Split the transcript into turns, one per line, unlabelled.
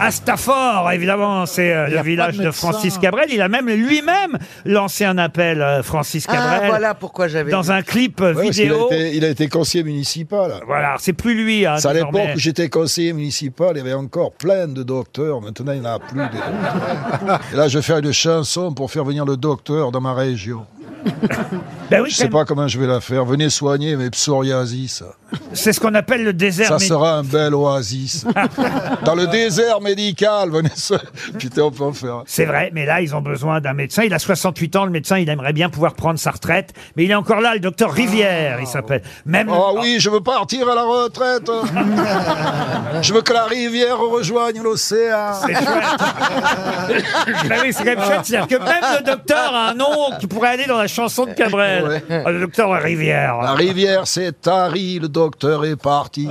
À Stafford, évidemment, c'est euh,
Il
le
y a pas de
village de,
médecin.
Francis Cabrel. Il a même lui-même lancé un appel, euh, Francis Cabrel,
Ah, voilà pourquoi j'avais.
dans un clip euh,
Ouais, parce qu'il a
vidéo.
été- il, a été conseiller municipal.
Voilà, c'est plus lui. Hein,
C'est à
désormais.
l'époque où j'étais conseiller municipal, il y avait encore plein de docteurs. Maintenant, il n'y en a plus. des- Et là, je vais faire une chanson pour faire venir le docteur dans ma région.
Ben oui,
Je sais pas comment je vais la faire. Venez soigner mes psoriasis.
c'est ce qu'on appelle le désert.
Ça
Ah, mais-
sera un bel oasis. Dans le désert médical, venez soigner. Putain, on peut en faire.
C'est vrai, mais là, ils ont besoin d'un médecin. Il a 68 ans, le médecin, il aimerait bien pouvoir prendre sa retraite. Mais il est encore là, le docteur Rivière, il s'appelle. Même
Oh oui, je veux partir à la retraite. je veux que la rivière rejoigne l'océan.
C'est chouette. Bah oui, c'est quand même chouette. C'est-à-dire que même le docteur a un nom qui pourrait aller dans la chanson de Cabrel.
Ouais.
Ah, Le docteur Rivière.
La rivière s'est tarie, le docteur est parti.